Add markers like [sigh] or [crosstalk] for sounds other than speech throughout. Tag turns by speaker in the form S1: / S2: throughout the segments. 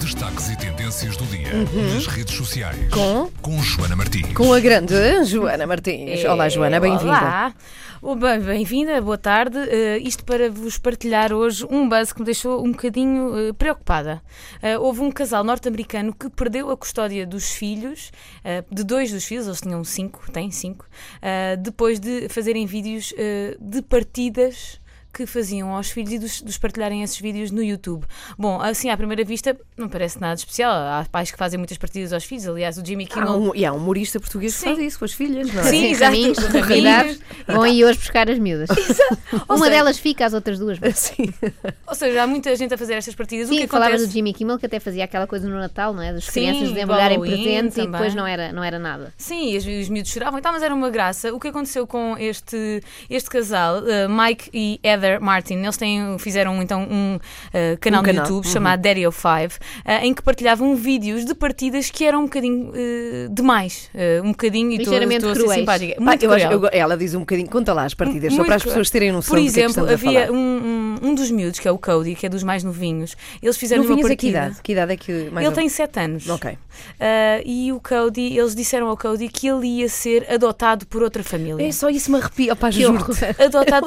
S1: destaques e tendências do dia nas redes sociais.
S2: Uhum. Com?
S1: Com Joana Martins.
S2: Com a grande Joana Martins. Olá, Joana, bem-vinda.
S3: É, Olá. Oh, bem- Bem-vinda, boa tarde. Eh, isto para vos partilhar hoje um buzz que me deixou um bocadinho eh, preocupada. Eh, houve um casal norte-americano que perdeu a custódia dos filhos, eh, de dois dos filhos, eles tinham cinco, têm cinco, eh, depois de fazerem vídeos eh, de partidas que faziam aos filhos e dos, dos partilharem esses vídeos no YouTube. Bom, assim à primeira vista não parece nada especial. Há pais que fazem muitas partidas aos filhos. Aliás, o Jimmy
S2: Há
S3: Kimmel
S2: um, e há um humorista português que
S3: Sim.
S2: faz isso com as filhas, não é?
S3: Sim,
S4: Sim,
S3: exato.
S4: Raminhos,
S3: Raminhos.
S4: convidados, vão aí hoje buscar
S3: [laughs]
S4: as miúdas. Uma
S3: seja-
S4: delas fica, as outras duas.
S2: [laughs]
S4: vão.
S2: Sim.
S3: Ou seja, há muita gente a fazer estas partidas. o que
S4: Sim, falavas
S3: acontece?
S4: do Jimmy Kimmel, que até fazia aquela coisa no Natal, não é? Dos
S3: Sim,
S4: crianças
S3: do
S4: desembrulharem
S3: Halloween
S4: presentes e
S3: também.
S4: depois não era, não era nada.
S3: Sim, e os, os miúdos choravam e tal, mas era uma graça. O que aconteceu com este, este casal, eh, Mike e Heather Martin, eles têm, fizeram então um eh, canal
S2: Um
S3: no
S2: canal,
S3: YouTube chamado Daddy of Five, eh, em que partilhavam vídeos de partidas que eram um bocadinho eh, demais. eh, um bocadinho, e estou
S4: Ligeiramente
S3: estou a ser
S4: cruéis.
S3: simpática.
S2: Pá,
S3: Muito
S2: eu acho-
S3: cruel.
S2: eu- ela diz um bocadinho, conta lá as partidas, só
S3: Muito
S2: para as
S3: cru-
S2: pessoas terem noção
S3: Por
S2: do que é que
S3: exemplo,
S2: estamos a
S3: havia
S2: falar.
S3: um, um, um dos miúdos, que é o Cody, que é dos mais novinhos, eles fizeram uma
S2: Novinhas a que
S3: partida.
S2: idade? Que idade é que mais ou-
S3: Ele tem 7 anos.
S2: Ok.
S3: Ah, e o Cody, eles disseram ao Cody que ele ia ser adotado por outra família.
S2: É só isso me arrepia. Opa,
S4: Que
S2: juro
S4: horror.
S3: Adotado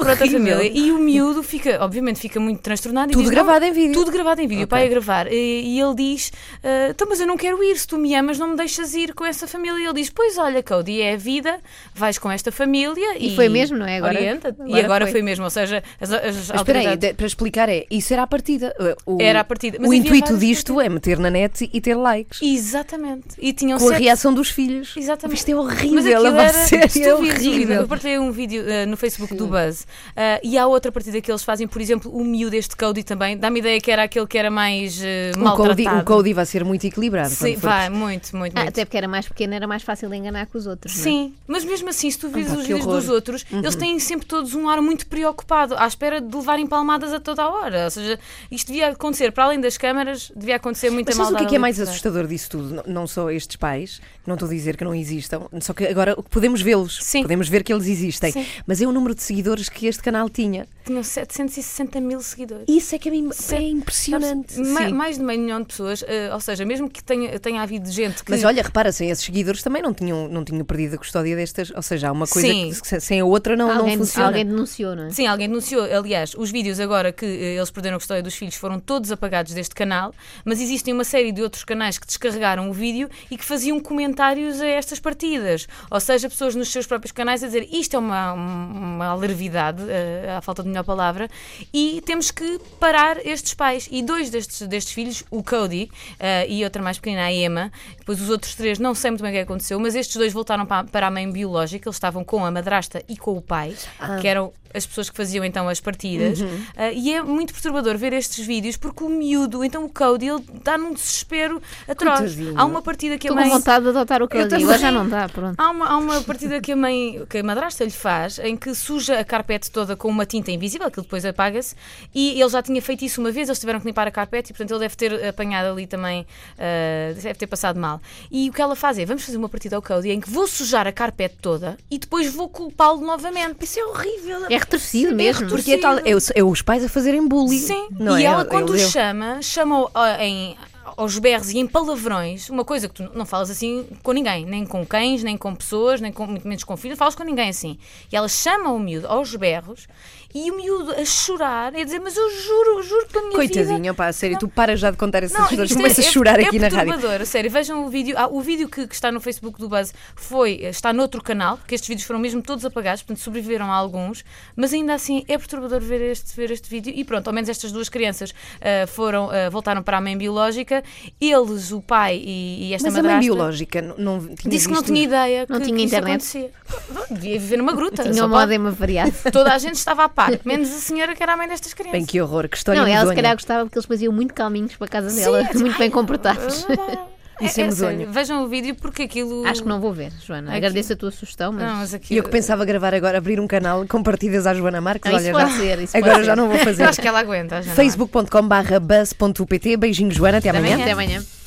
S2: [laughs]
S3: por outra
S2: é Horrível.
S3: família. E o miúdo fica, obviamente, fica muito transtornado. e
S2: Tudo
S3: diz,
S2: gravado
S3: "Não,
S2: em vídeo."
S3: Tudo gravado em vídeo. O
S2: Ok.
S3: pai a gravar. E, e ele diz: "Ah, Então, mas eu não quero ir. Se tu me amas, não me deixas ir com essa família. E ele diz: Pois olha, Cody, é a vida. Vais com esta família. E,
S4: foi mesmo, não é? Agora-
S3: orienta-te." E
S4: agora
S3: agora foi.
S4: foi.
S3: mesmo. Ou seja, as, as
S2: Mas espera aí,
S3: autoridades-
S2: de- para explicar é, isso era a partida. O,
S3: Era a partida, mas
S2: o
S3: havia
S2: intuito
S3: várias
S2: disto é meter na net e ter likes.
S3: Exatamente. E tinham
S2: com a
S3: sete-
S2: reação dos filhos.
S3: Exatamente.
S2: Isto é
S3: Mas
S2: horrível,
S3: aquilo
S2: a
S3: era,
S2: sério,
S3: se tu
S2: é
S3: vires o vídeo,
S2: horrível.
S3: eu partilhei um vídeo eh, no Facebook do Buzz eh, e há outra partida que eles fazem, por exemplo, o miúdo deste Cody também. Dá-me ideia que era aquele que era mais eh,
S2: O Cody,
S3: maltratado.
S2: o Cody um vai ser muito equilibrado.
S3: Sim,
S2: quando for
S3: vai, muito, muito,
S4: Ah,
S3: muito.
S4: até porque era mais pequena, era mais fácil de enganar que os outros. não é?
S3: Sim, mas mesmo assim, se tu vires
S2: pá,
S3: os
S2: que
S3: vídeos
S2: horror. Uhum.
S3: dos outros, eles têm sempre todos um ar muito preocupado, à espera de levarem palmadas a toda a hora. Ou seja, isto devia acontecer, para além das câmaras, devia acontecer muita
S2: Mas sabes o que é,
S3: maldade
S2: que é
S3: ali
S2: mais
S3: por trás.
S2: assustador disso tudo? Não- Não só estes pais, não estou a dizer que não existam, só que agora podemos vê-los,
S3: Sim.
S2: podemos ver que eles existem.
S3: Sim.
S2: Mas é o número de seguidores que este canal tinha.
S3: Tinham 760 mil seguidores.
S2: Isso é que é, im-
S3: Sim.
S2: é impressionante.
S3: Sabes, ma-
S2: Sim.
S3: mais de meio milhão de pessoas, eh, ou seja, mesmo que tenha, tenha havido gente que.
S2: Mas olha, repara, sem esses seguidores também não tinham, não tinham perdido a custódia destas. Ou seja, há uma coisa
S3: Sim.
S2: que se- sem a outra não, não
S4: Alguém,
S2: funciona.
S4: alguém denunciou, não é?
S3: Sim, alguém denunciou. Aliás, os vídeos agora que eh, eles perderam a custódia dos filhos foram todos apagados deste canal, mas existem uma série de outros canais que descarregaram o vídeo e que faziam comentários a estas partidas. Ou seja, pessoas nos seus próprios canais a dizer isto é uma, uma alervidade, eh, à falta de melhor palavra, e temos que parar estes pais. E dois destes, destes filhos, o Cody eh, e outra mais pequena, a Emma, depois os outros três, não sei muito bem o que é que aconteceu, mas estes dois voltaram pa- para a mãe biológica, eles estavam com a madrasta e com o pai, que eram as pessoas que faziam então as partidas. Ah, e é muito perturbador ver estes vídeos porque o miúdo, então o Cody, ele está num desespero atroz.
S2: Coitadinho.
S3: Há uma partida que a
S4: Estou
S3: mãe.
S4: com vontade de adotar o que
S2: Eu
S4: eu digo.
S2: também.
S4: Agora já não dá, pronto.
S3: Há uma, há uma partida que a mãe, que a madrasta lhe faz, em que suja a carpete toda com uma tinta invisível, que depois apaga-se, e ele já tinha feito isso uma vez, eles tiveram que limpar a carpete e, portanto, ele deve ter apanhado ali também, ah, deve ter passado mal. E o que ela faz é, vamos fazer uma partida ao Cody em que vou sujar a carpete toda e depois vou culpá-lo novamente.
S2: Isso é horrível.
S4: É retorcido mesmo.
S3: retorcido.
S2: Porque é, tal, é, os- é os pais a fazerem bullying.
S3: Sim,
S2: não
S3: e
S2: é?
S3: ela quando o
S2: Eles-
S3: chama, chama o- a- em, aos berros e em palavrões, uma coisa que tu não falas assim com ninguém, nem com cães, nem com pessoas, nem com, muito menos com filhos, não falas com ninguém assim. E ela chama o miúdo aos berros e o miúdo a chorar e a dizer: Mas eu juro, juro pela minha vida.
S2: Coitadinha, pá, a sério, tu paras já de contar essas histórias,
S3: isto é-
S2: começas a chorar aqui na rádio.
S3: perturbador, a sério. Vejam o vídeo. Ah, o vídeo que, que está no Facebook do Buzz foi, eh, está noutro canal, porque estes vídeos foram mesmo todos apagados, portanto sobreviveram a alguns, mas ainda assim é perturbador ver este, ver este vídeo. E pronto, ao menos estas duas crianças ah, foram, ah, voltaram para a mãe biológica, eles, o pai e, e esta
S2: Mas a
S3: madrasta.
S2: mãe biológica não, não tinha
S3: Disse que não
S2: visto-
S3: tinha ideia
S4: Não
S3: que,
S4: tinha
S3: que isto
S4: internet.
S3: acontecia. Devia viver numa gruta.
S4: Tinha
S3: só
S4: um
S3: pode.
S4: modem
S3: [laughs]
S4: avariado.
S3: Toda a gente estava a par, menos a senhora que era a mãe destas crianças.
S2: Bem, que horror, que história
S4: Não, ela se
S2: medonha.
S4: calhar gostava porque eles faziam muito calminhos para a casa dela,
S3: Sim,
S4: [laughs] muito bem
S3: ai,
S4: comportados.
S3: É,
S2: Isso é
S3: é
S2: medonho.
S3: sério. Vejam o vídeo porque aquilo.
S4: Acho que não vou ver, Joana.
S3: Ah. Aqui-
S4: Agradeço a tua sugestão, mas.
S3: Não, mas
S2: E
S3: aquilo.
S2: eu que pensava gravar agora, abrir um canal com partidas à Joana Marques,
S4: Ah, isso
S2: olha,
S4: pode
S2: já,
S4: ser, isso
S2: agora
S4: pode
S2: já
S4: ser.
S2: não vou
S3: Eu
S4: [laughs]
S2: fazer.
S3: acho que ela aguenta. já não é?
S2: facebook.com barra buzz.pt, beijinho Joana, até
S3: Até
S2: amanhã.
S3: amanhã.
S4: Até amanhã.